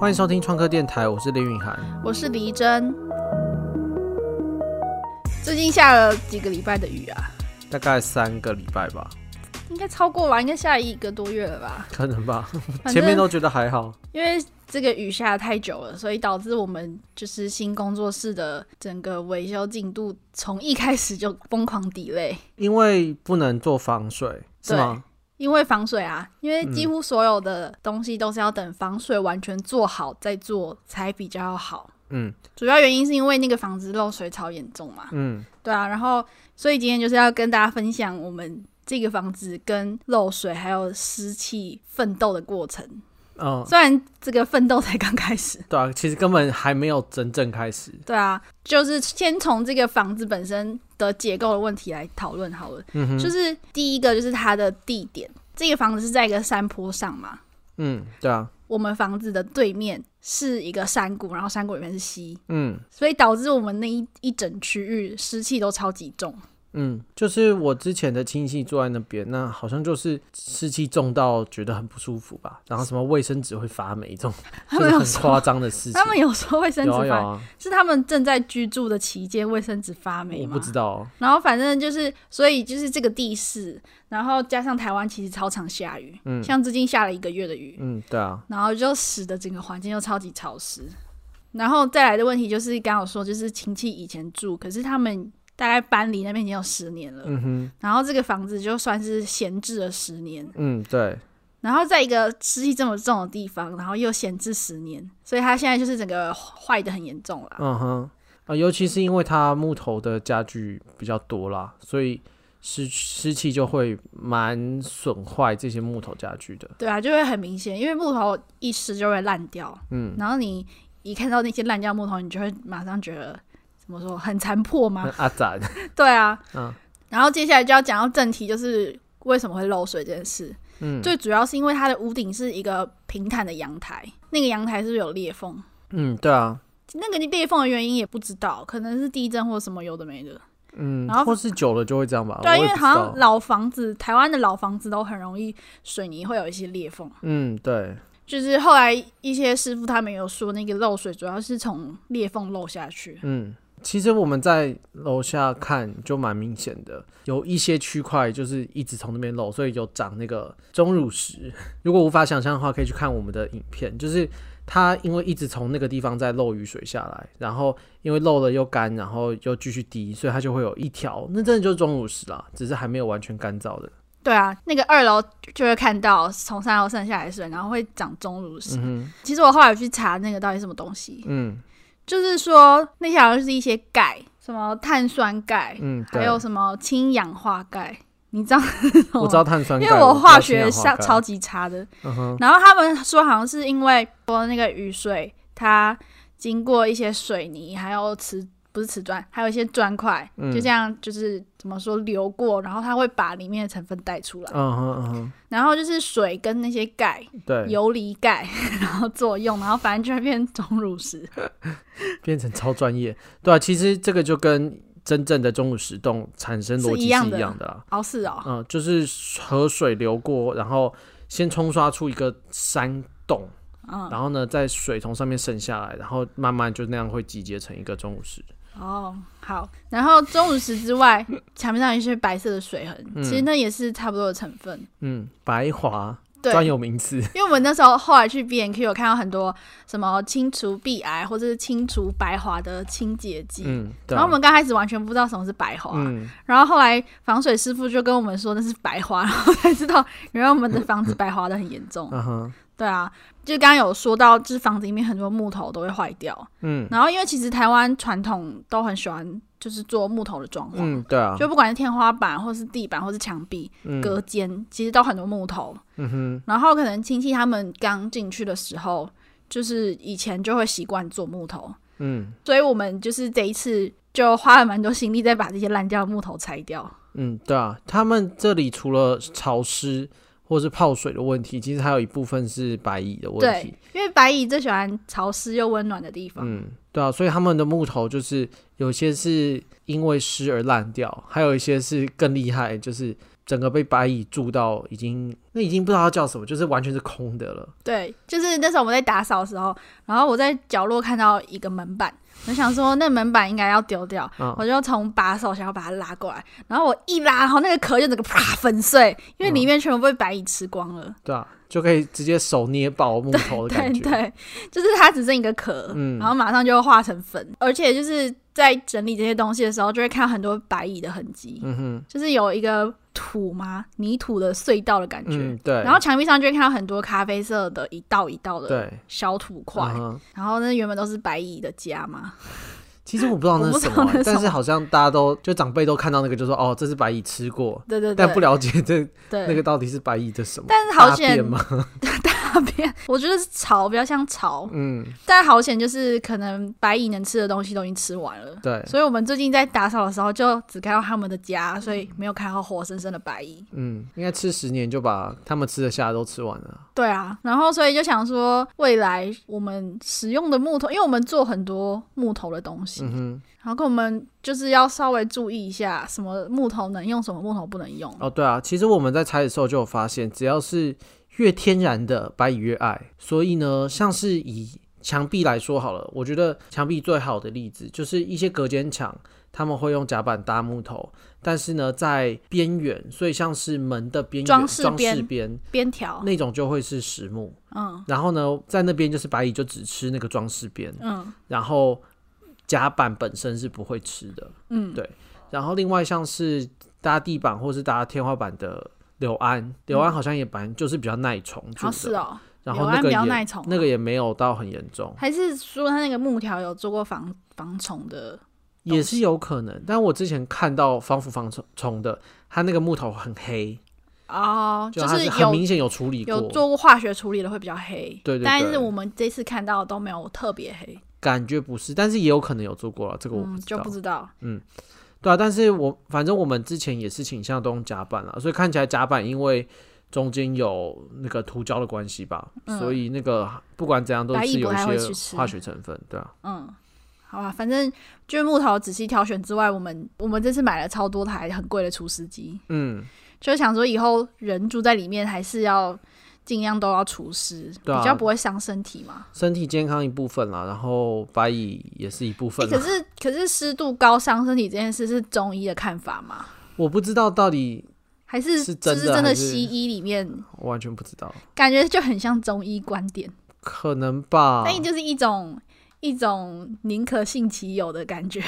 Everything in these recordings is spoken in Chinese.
欢迎收听创客电台，我是林允涵。我是黎真。最近下了几个礼拜的雨啊，大概三个礼拜吧， 应该超过吧，应该下一个多月了吧？可能吧。反前面正都觉得还好，因为这个雨下得太久了，所以导致我们就是新工作室的整个维修进度从一开始就疯狂 delay，因为不能做防水，是吗？因为防水啊，因为几乎所有的东西都是要等防水完全做好再做才比较好。嗯主要原因是因为那个房子漏水潮严重嘛，嗯，对啊，然后所以今天就是要跟大家分享我们这个房子跟漏水还有湿气奋斗的过程。嗯，虽然这个奋斗才刚开始，对啊，其实根本还没有真正开始。对啊，就是先从这个房子本身的结构的问题来讨论好了。嗯哼，就是第一个就是它的地点，这个房子是在一个山坡上嘛，嗯，对啊，我们房子的对面是一个山谷，然后山谷里面是溪，嗯所以导致我们那一一整区域湿气都超级重。嗯，就是我之前的亲戚住在那边，那好像就是湿气重到觉得很不舒服吧，然后什么卫生纸会发霉这种， 他就们是有很说，夸张的事情他。们有说卫生纸有啊发有啊，是他们正在居住的期间卫生纸发霉我吗？不知道哦，然后反正就是，所以就是这个地势，然后加上台湾其实超常下雨，嗯像最近下了一个月的雨，嗯，对啊，然后就使得整个环境又超级潮湿。然后再来的问题就是，刚好说就是亲戚以前住，可是他们大概搬离那边已经有十年了，嗯哼，然后这个房子就算是闲置了十年，嗯，对，然后在一个湿气这么重的地方，然后又闲置十年，所以它现在就是整个坏的很严重了。嗯哼，啊、尤其是因为它木头的家具比较多啦，所以湿湿气就会蛮损坏这些木头家具的。对啊，就会很明显，因为木头一湿就会烂掉，嗯，然后你一看到那些烂掉木头，你就会马上觉得怎么说很残破那吗？阿 展，对啊，嗯然后接下来就要讲到正题，就是为什么会漏水这件事。嗯，最主要是因为它的屋顶是一个平坦的阳台，那个阳台是不是有裂缝？嗯，对啊，那个裂缝的原因也不知道，可能是地震或什么有的没的。嗯然，后或是久了就会这样吧。对啊，我因也为不知好像道。老房子，台湾的老房子都很容易水泥会有一些裂缝。嗯，对，就是后来一些师傅他们有说，那个漏水主要是从裂缝漏下去。嗯，其实我们在楼下看就蛮明显的，有一些区块就是一直从那边漏，所以有长那个钟乳石。 如果无法想象的话，可以去看我们的影片，就是它因为一直从那个地方在漏雨水下来，然后因为漏了又干，然后又继续滴，所以它就会有一条，那真的就是钟乳石啦，只是还没有完全干燥的。对啊，那个二楼就会看到从三楼渗下来的水，然后会长钟乳石。嗯其实我后来有去查那个到底是什么东西哼，，嗯就是说那些好像是一些钙，什么碳酸钙，嗯，对还有什么氢氧化钙，你知道？我知道碳酸钙，因为我我不知道化氢学氧上钙超级差的。嗯哼然后他们说好像是因为说那个雨水它经过一些水泥，还有瓷不是瓷砖，还有一些砖块，嗯就这样就是怎么说流过，然后它会把里面的成分带出来，嗯哼嗯哼，然后就是水跟那些钙、对，游离钙，然后作用，然后反正就会变钟乳石。变成超专业，对啊，其实这个就跟真正的中午石洞产生逻辑是是一一样的样的啦，哦，是哦，嗯，就是河水流过，然后先冲刷出一个山洞，嗯，然后呢，在水从上面渗下来，然后慢慢就那样会集结成一个中午石。哦，好。然后钟乳石之外，墙面上有一些白色的水痕，嗯其实那也是差不多的成分。嗯，白华对，专有名词。因为我们那时候后来去 B N Q 有看到很多什么清除壁癌或者是清除白滑的清洁剂。嗯，对、然啊。后我们刚开始完全不知道什么是白滑，嗯，然后后来防水师傅就跟我们说那是白滑， 然后才知道原来我们的房子白滑的很严重。嗯哼，对啊，就刚刚有说到，就是房子里面很多木头都会坏掉。嗯然后因为其实台湾传统都很喜欢就是做木头的装潢，嗯，对啊，就不管是天花板或是地板或是墙壁、嗯隔间，其实都很多木头。嗯哼，然后可能亲戚他们刚进去的时候，就是以前就会习惯做木头，嗯所以我们就是这一次就花了蛮多心力在把这些烂掉的木头拆掉。嗯，对啊，他们这里除了潮湿或是泡水的问题，其实还有一部分是白蚁的问题对。，因为白蚁最喜欢潮湿又温暖的地方。嗯，对啊，所以他们的木头就是有些是因为湿而烂掉，还有一些是更厉害，就是整个被白蚁住到已经那已经不知道它叫什么，就是完全是空的了。对，就是那时候我们在打扫的时候，然后我在角落看到一个门板，我想说那门板应该要丢掉，嗯我就从把手想要把它拉过来，然后我一拉，然后那个壳就整个啪粉碎，因为里面全部被白蚁吃光了。对啊，就可以直接手捏爆木 头的对感觉。对，就是它只剩一个壳，嗯然后马上就化成粉，而且就是在整理这些东西的时候，就会看到很多白蚁的痕迹，嗯哼，就是有一个土嘛泥土的隧道的感觉。嗯对。然后墙壁上就会看到很多咖啡色的一道一道的对，小土块，嗯哼然后那原本都是白蚁的家 嘛，其实我不知道那我是不什知道么欸、那是但是什么好像大家都就长辈都看到那个就说哦，这是白蚁吃过，对对对，但不了解这对那个到底是白蚁的什么。但是好大险便吗？大便，我觉得是草比较像草，嗯，但好险就是可能白蚁能吃的东西都已经吃完了。对，所以我们最近在打扫的时候，就只看到他们的家，所以没有看到活生生的白蚁。嗯，应该吃十年就把他们吃得下的都吃完了。对啊，然后所以就想说，未来我们使用的木头，因为我们做很多木头的东西，嗯哼，然后跟我们就是要稍微注意一下，什么木头能用，什么木头不能用。哦，对啊，其实我们在采的时候就有发现，只要是越天然的白蚁越爱，所以呢，像是以墙壁来说好了，我觉得墙壁最好的例子就是一些隔间墙，他们会用甲板搭木头，但是呢，在边缘，所以像是门的边缘、装装饰饰边边边条，那种就会是实木，嗯然后呢，在那边就是白蚁就只吃那个装饰边，嗯然后甲板本身是不会吃的，嗯，对然后另外像是搭地板或是搭天花板的柳安，柳安好像也本来就是比较耐虫蛀好的，嗯是哦，然后柳那安个比较也耐虫啊那个也没有到很严重，还是说它那个木条有做过防防虫的？也是有可能。但我之前看到防腐防虫虫的，它那个木头很黑，哦，就它是很有明显有处理有过，做过化学处理的会比较黑，对对对但是我们这次看到都没有特别黑，感觉不是，但是也有可能有做过了，这个我嗯，知就道。不知道。对啊，但是我反正我们之前也是倾向都用甲板啦，所以看起来甲板因为中间有那个涂胶的关系吧，嗯所以那个不管怎样都白蚁是不有太会去一吃些化学成分，对啊，嗯，好吧，反正就是木头仔细挑选之外，我们我们这次买了超多台很贵的除湿机，嗯，就想说以后人住在里面还是要尽量都要除湿，对啊比较不会伤身体嘛。身体健康一部分啦，然后白蚁也是一部欸分啦。可是可是湿度高伤身体这件事是中医的看法吗？我不知道到底，还是是真就的是真的还是西医里面我完全不知道，感觉就很像中医观点，可能吧那、，就是一种一种宁可信其有的感觉。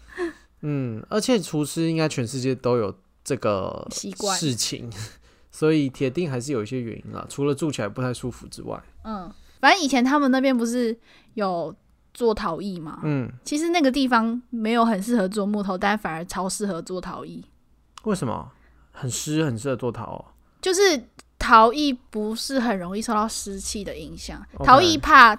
嗯，而且厨师应该全世界都有这个习惯事情， 所以铁定还是有一些原因啦，除了住起来不太舒服之外，嗯，反正以前他们那边不是有做陶艺嘛，嗯，其实那个地方没有很适合做木头，但反而超适合做陶艺。为什么很湿，很适合做陶、哦？就是陶艺不是很容易受到湿气的影响 OK 陶艺怕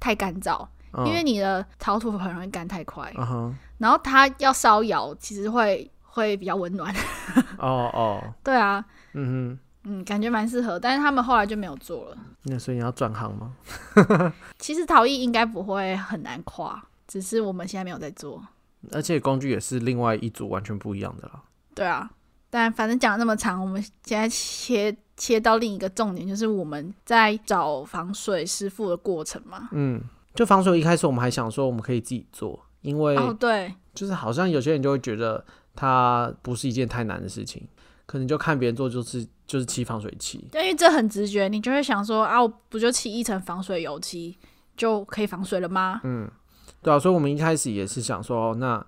太干燥，嗯因为你的陶土很容易干太快，嗯哼，然后它要烧窑，其实会会比较温暖。 哦哦，对啊，嗯嗯，感觉蛮适合，但是他们后来就没有做了。哼，那所以你要转行吗？其实陶艺应该不会很难跨，只是我们现在没有在做。而且工具也是另外一组完全不一样的啦。对啊，但反正讲了那么长，我们现在切切到另一个重点，就是我们在找防水师傅的过程嘛。嗯，就防水一开始我们还想说我们可以自己做，因为哦，对，就是好像有些人就会觉得它不是一件太难的事情，可能就看别人做就是就是漆防水漆。因为这很直觉，你就会想说啊，我不就漆一层防水油漆就可以防水了吗？对啊，所以我们一开始也是想说，哦那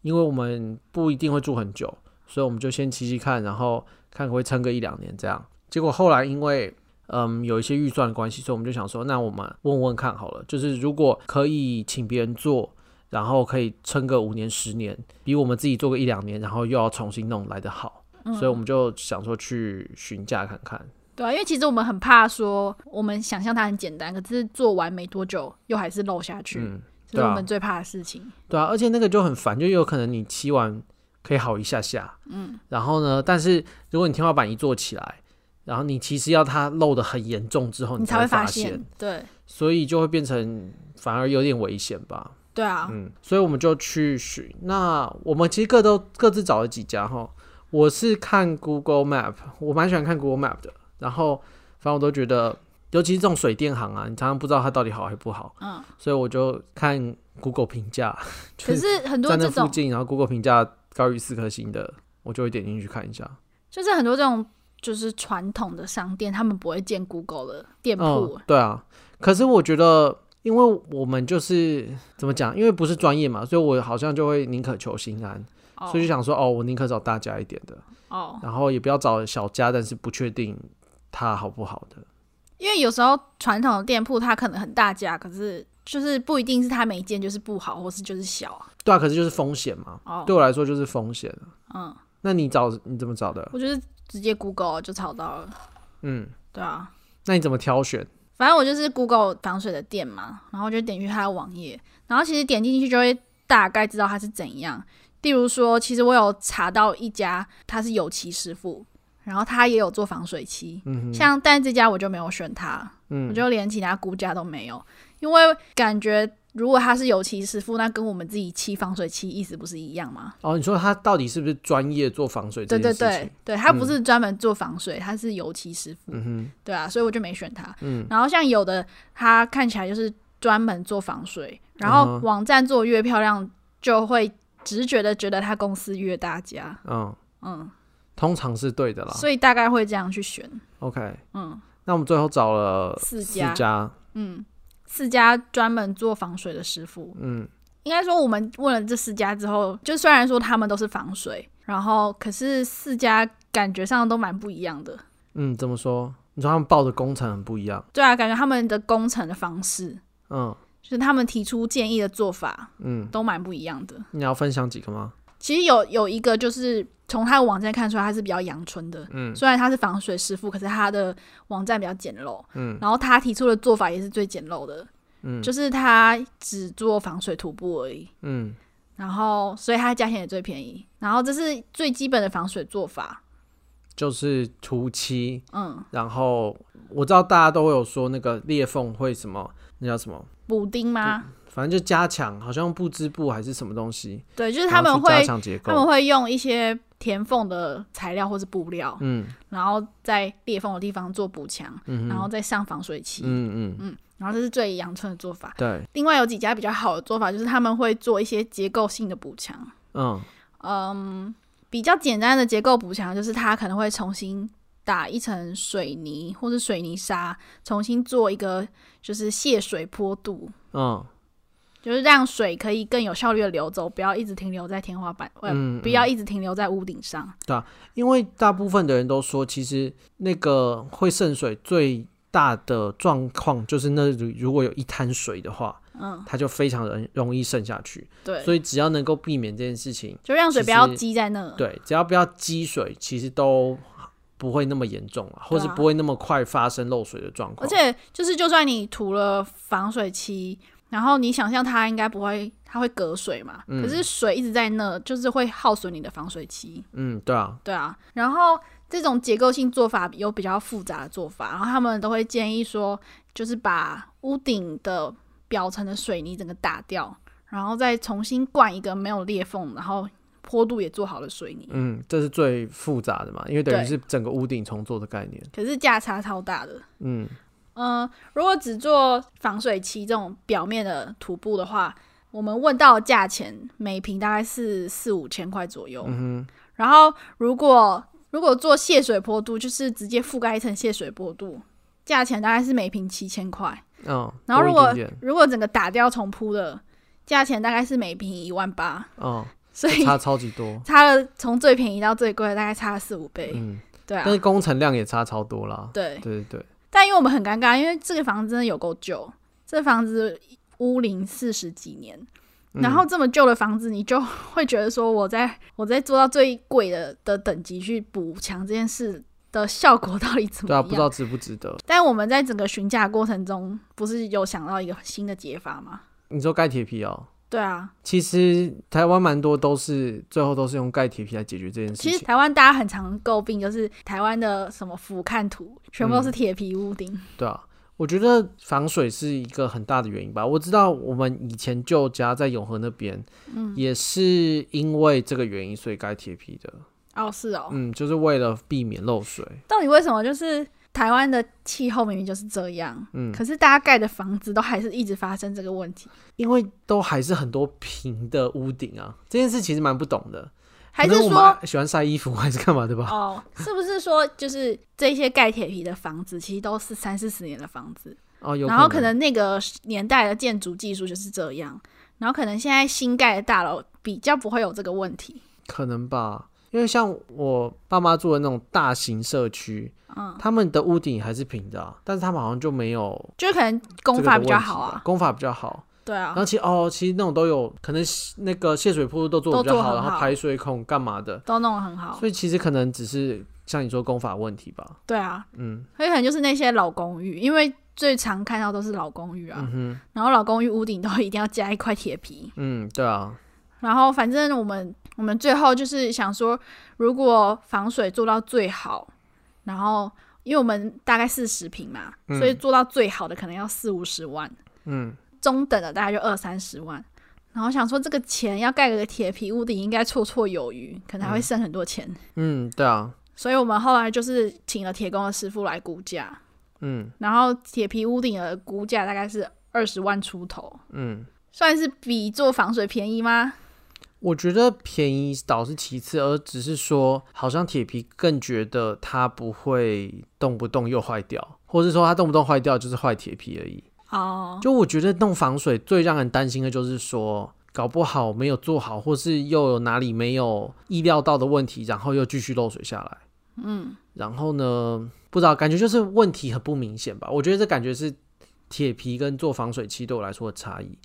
因为我们不一定会住很久，所以我们就先骑骑看，然后看可不可以撑个一两年这样。结果后来因为嗯有一些预算的关系，所以我们就想说，那我们问问看好了，就是如果可以请别人做，然后可以撑个五年十年，比我们自己做个一两年，然后又要重新弄来的好。所以我们就想说去询价看看，对啊，因为其实我们很怕说，我们想象它很简单，可是做完没多久又还是漏下去，嗯，这是对啊我们最怕的事情。对啊，而且那个就很烦，就有可能你漆完可以好一下下，嗯，然后呢，但是如果你天花板一做起来，然后你其实要它漏的很严重之后，你才会会发现，现，对所以就会变成反而有点危险吧，嗯对啊，嗯，所以我们就去寻。那我们其实各都各自找了几家哈，我是看 Google Map，我蛮喜欢看 Google Map 的。然后，反正我都觉得，尤其是这种水电行啊，你常常不知道它到底好还不好，嗯，所以我就看 Google 评价。就可是很多在那这附种，近，然后 Google 评价高于四颗星的，我就会点进去看一下。就是很多这种就是传统的商店，他们不会建 Google 的店铺嗯，，对啊。可是我觉得，因为我们就是怎么讲，因为不是专业嘛，所以我好像就会宁可求心安，所以就想说，哦，我宁可找大家一点的，哦哦，然后也不要找小家，但是不确定它好不好的。因为有时候传统的店铺它可能很大家，可是就是不一定是它每件就是不好，或是就是小啊对啊，可是就是风险嘛，哦，对我来说就是风险。啊嗯，那你找你怎么找的？我就是直接 Google 就找到了，嗯，对啊，那你怎么挑选？反正我就是 Google 防水的店嘛，然后就点进去它的网页，然后其实点进去就会大概知道它是怎样。例如说，其实我有查到一家，他是油漆师傅，然后他也有做防水漆，嗯哼，像但这家我就没有选它，我嗯，就连其他估价都没有，因为感觉如果他是油漆师傅，那跟我们自己漆防水漆意思不是一样吗？哦，你说他到底是不是专业做防水这对件对事情？对对，他不是专门做防水，他是油漆师傅。嗯哼，对啊，所以我就没选它。嗯然后像有的它看起来就是专门做防水，然嗯后哼网站做越漂亮，就会直觉的觉得它公司越大家，嗯，嗯，通常是对的啦。所以大概会这样去选， OK，嗯那我们最后找了四四家家嗯，四家专门做防水的师傅，嗯应该说我们问了这四家之后，就虽然说他们都是防水，然后可是四家感觉上都蛮不一样的，嗯，怎么说？你说他们报的工程很不一样，对啊，感觉他们的工程的方式，嗯就是他们提出建议的做法嗯，都蛮不一样的。你要分享几个吗？其实有有一个就是从他的网站看出来，他是比较阳春的。嗯虽然他是防水师傅，可是他的网站比较简陋。嗯然后他提出的做法也是最简陋的，嗯就是他只做防水徒步而已。嗯然后，所以他的价钱也最便宜。然后这是最基本的防水做法。就是涂漆，嗯，然后我知道大家都会有说那个裂缝会什么，那叫什么？补丁吗？反正就加强，好像布织布还是什么东西，对，就是然他后们去加会强结他们构。会用一些填缝的材料或是布料，嗯然后在裂缝的地方做补强，嗯哼然后再上防水漆。嗯嗯，然后这是最阳春的做法。对，另外有几家比较好的做法，就是他们会做一些结构性的补强。嗯嗯，比较简单的结构补强就是它可能会重新打一层水泥或是水泥沙，重新做一个就是泄水坡度，嗯就是让水可以更有效率的流走，不要一直停留在天花板，呃，嗯，不要一直停留在屋顶上。因为大部分的人都说，其实那个会渗水最大的状况就是那里如果有一滩水的话，嗯，它就非常容容易渗下去。对，所以只要能够避免这件事情，就让水其不要实积在那。对，只要不要积水，其实都不会那么严重啊，或是不会那么快发生漏水的状况。而且就是，就算你涂了防水漆，然后你想象它应该不会，它会隔水嘛。嗯可是水一直在那，就是会耗损你的防水漆。嗯，对啊，对啊，然后这种结构性做法有比较复杂的做法，然后他们都会建议说，就是把屋顶的表层的水泥整个打掉，然后再重新灌一个没有裂缝，然后坡度也做好的水泥。嗯，这是最复杂的嘛，因为等于对是整个屋顶重做的概念。可是价差超大的，嗯，嗯，如果只做防水漆这种表面的涂布的话，我们问到的价钱每瓶大概是四五千块左右。嗯然后如果如果做泄水坡度，就是直接覆盖一层泄水坡度，价钱大概是每瓶七千块。哼，嗯，然多后如一果点点如果整个打掉重铺的，价钱大概是每瓶一万八，嗯，所以差超级多。差了从最便宜到最贵，大概差了四五倍。嗯， 对啊但，是工程量也差超多啦。对。对对对，但因为我们很尴尬，因为这个房子真的有够旧，这房子屋龄四十几年，嗯然后这么旧的房子，你就 会觉得说我在我在做到最贵的的等级去补强这件事的效果到底怎么对样？啊，不知道值不值得。但我们在整个询价过程中，不是有想到一个新的解法吗？你说盖铁皮哦，对啊，其实台湾蛮多都是最后都是用盖铁皮来解决这件事其情。实台湾大家很常诟病，就是台湾的什么俯瞰图全部都是嗯铁皮屋顶，对啊，我觉得防水是一个很大的原因吧。我知道我们以前嗯旧家在永和那边，也是因为这个原因，所以盖铁皮的。哦，是哦，嗯，就是为了避免漏水。到底为什么就是台湾的气候明明就是这样，嗯，可是大家盖的房子都还是一直发生这个问题，因为都还是很多平的屋顶啊，这件事其实蛮不懂的。还可是我说们喜欢晒衣服还是干嘛对吧？哦，是不是说就是这些盖铁皮的房子其实都是三四十年的房子，哦，有然后可能那个年代的建筑技术就是这样，然后可能现在新盖的大楼比较不会有这个问题，可能吧，因为像我爸妈住的那种大型社区，嗯，他们的屋顶还是平的啊、但是他们好像就没有就是可能这工个法的比较问题好吧啊，工法比较好。对然，啊后其实哦，其实那种都有可能是那个泄水铺都做的都比较做好，很然好后排水孔干嘛的，都弄得很好，所以其实可能只是像你说工法问题吧。对啊，嗯所以可能就是那些老公寓，因为最常看到都是老公寓啊，嗯哼然后老公寓屋顶都一定要加一块铁皮。嗯，对啊，然后反正我们我们最后就是想说，如果防水做到最好，然后因为我们大概四十平嘛，嗯所以做到最好的可能要四五十万，嗯，中等的大概就二三十万。然后想说这个钱要盖个铁皮屋顶应该绰绰有余，可能还会剩很多钱。嗯，对啊，所以我们后来就是请了铁工的师傅来估价，嗯然后铁皮屋顶的估价大概是二十万出头，嗯，算是比做防水便宜吗？我觉得便宜倒是其次，而只是说好像铁皮更觉得它不会动不动又坏掉，或是说它动不动坏掉就是坏铁皮而已。哦，就我觉得弄防水最让人担心的就是说，搞不好没有做好，或是又有哪里没有意料到的问题，然后又继续漏水下来。嗯，然后呢，不知道感觉就是问题很不明显吧？我觉得这感觉是铁皮跟做防水漆对我来说的差异。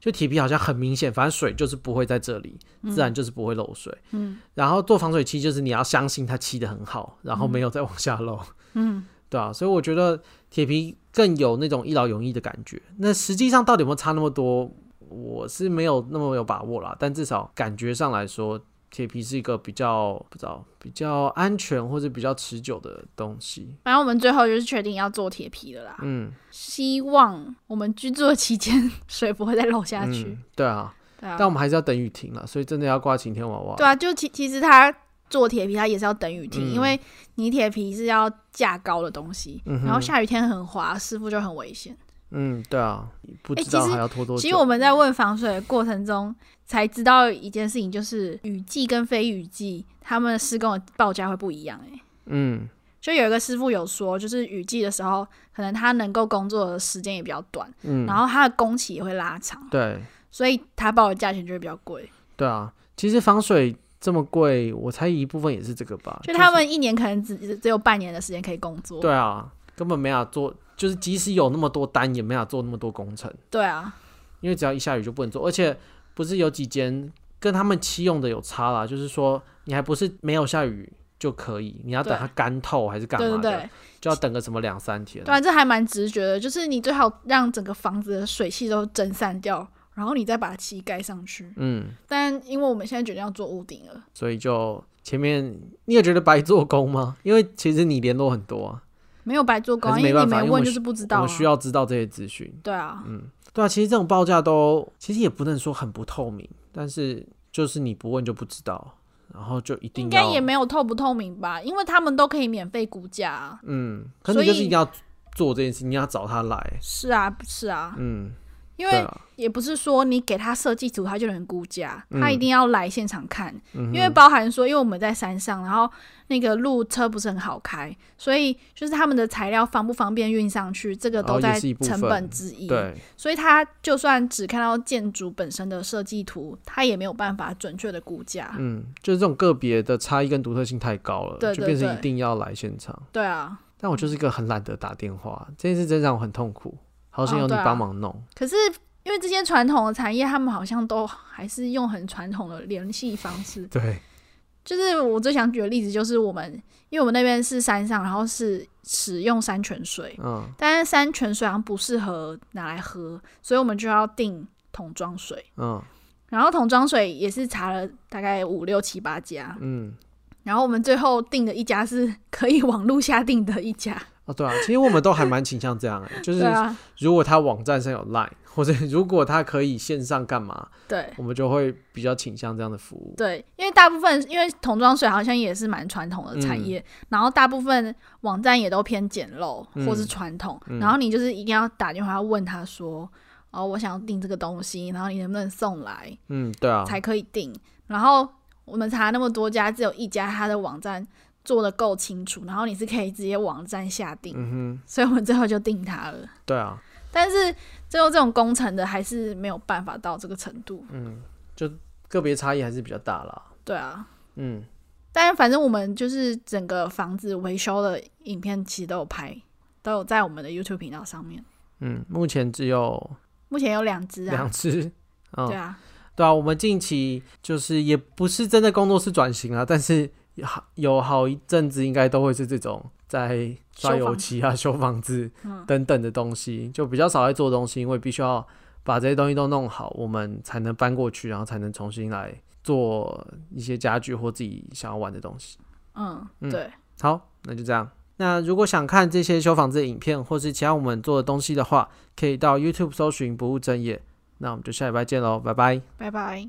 就铁皮好像很明显，反正水就是不会在这里，自然就是不会漏水。嗯，然后做防水漆就是你要相信它漆的很好，然后没有再往下漏。嗯。对啊，所以我觉得铁皮更有那种一劳永逸的感觉。那实际上到底有没有差那么多，我是没有那么有把握啦。但至少感觉上来说，铁皮是一个比较不知道比较安全或者比较持久的东西。反正我们最后就是确定要做铁皮的啦。嗯，希望我们居住的期间水不会再漏下去。嗯，对啊，对啊但，我们还是要等雨停了，所以真的要挂晴天娃娃。对啊，就其其实它做铁皮，它也是要等雨停，嗯因为你铁皮是要架高的东西，嗯哼然后下雨天很滑，师傅就很危险。嗯，对啊，不知哎其道实还要拖多久。嗯其实我们在问防水的过程中，才知道一件事情，就是雨季跟非雨季，他们施工的报价会不一样、欸。嗯就有一个师傅有说，就是雨季的时候，可能他能够工作的时间也比较短，嗯，然后他的工期也会拉长。对所以他报的价钱就会比较贵。对啊，其实防水这么贵，我猜一部分也是这个吧。就是他们一年可能只只只有半年的时间可以工作。对啊，根本没法做，就是即使有那么多单，也没法做那么多工程，对啊，因为只要一下雨就不能做，而且不是有几间跟他们期用的有差啦，就是说你还不是没有下雨就可以，你要等对它干透还是干对嘛对的，对，就要等个什么两三天。对啊，这还蛮直觉的，就是你最好让整个房子的水汽都蒸散掉，然后你再把漆盖上去。嗯，但因为我们现在决定要做屋顶了，所以就前面你也觉得白做工吗？因为其实你联络很多啊，没有白做工啊，还是因没为你办法没因为我问们就是不知我道、啊。们需要知道这些资讯。对啊，对啊，其实这种报价都其实也不能说很不透明，但是就是你不问就不知道，然后就一定应要该也没有透不透明吧，因为他们都可以免费估价、啊。嗯，可是所你就是以一定要做这件事，你要找他来。是啊，是啊，嗯，因对为啊，也不是说你给他设计图他就能估价，嗯他一定要来现场看，嗯哼因为包含说，因为我们在山上，然后那个路车不是很好开，所以就是他们的材料方不方便运上去，这个哦都也在是一部成本之一。，对，所以他就算只看到建筑本身的设计图，他也没有办法准确的估价。嗯，就是这种个别的差异跟独特性太高了，对就对变成对一定要来现场。对啊，但我就是一个很懒得打电话，这件事真让我很痛苦。好险哦有你对啊帮忙弄，可是因为这些传统的产业，他们好像都还是用很传统的联系方式。对，就是我最想举的例子，就是我们，因为我们那边是山上，然后是使用山泉水，嗯但是山泉水好像不适合拿来喝，所以我们就要订桶装水。嗯然后桶装水也是查了大概五六七八家，嗯，然后我们最后订的一家是可以网络下订的一家，哦，对啊，其实我们都还蛮倾向这样、 欸，就是对啊，如果他网站上有 Line，或者如果他可以线上干嘛，对我们就会比较倾向这样的服务。对，因为大部分因为桶装水好像也是蛮传统的嗯产业，然后大部分网站也都偏简陋嗯或是传统，然后你就是一定要打电话问他说，哦，我想要订这个东西，然后你能不能送来？嗯，对啊，才可以订。然后我们查那么多家，只有一家它的网站做的够清楚，然后你是可以直接网站下订，嗯所以我们最后就订它了。哼，对啊，但是最后这种工程的还是没有办法到这个程度，嗯个别差异还是比较大啦。对啊。嗯，但是反正我们就是整个房子维修的影片其实都有拍，都有在我们的 YouTube 频道上面。嗯，目前只有目前有两只啊两， 只。嗯对，啊，对啊，我们近期就是也不是真的工作室转型啊，但是有好有好一阵子应该都会是这种在刷修油房漆啊、 修房子嗯等等的东西，就比较少在做东西，因为必须要把这些东西都弄好，我们才能搬过去，然后才能重新来做一些家具或自己想要玩的东西。嗯，嗯对，好，那就这样。那如果想看这些修房子的影片，或是其他我们做的东西的话，可以到 YouTube 搜寻“不务正业”。那我们就下礼拜见喽，拜拜。拜拜。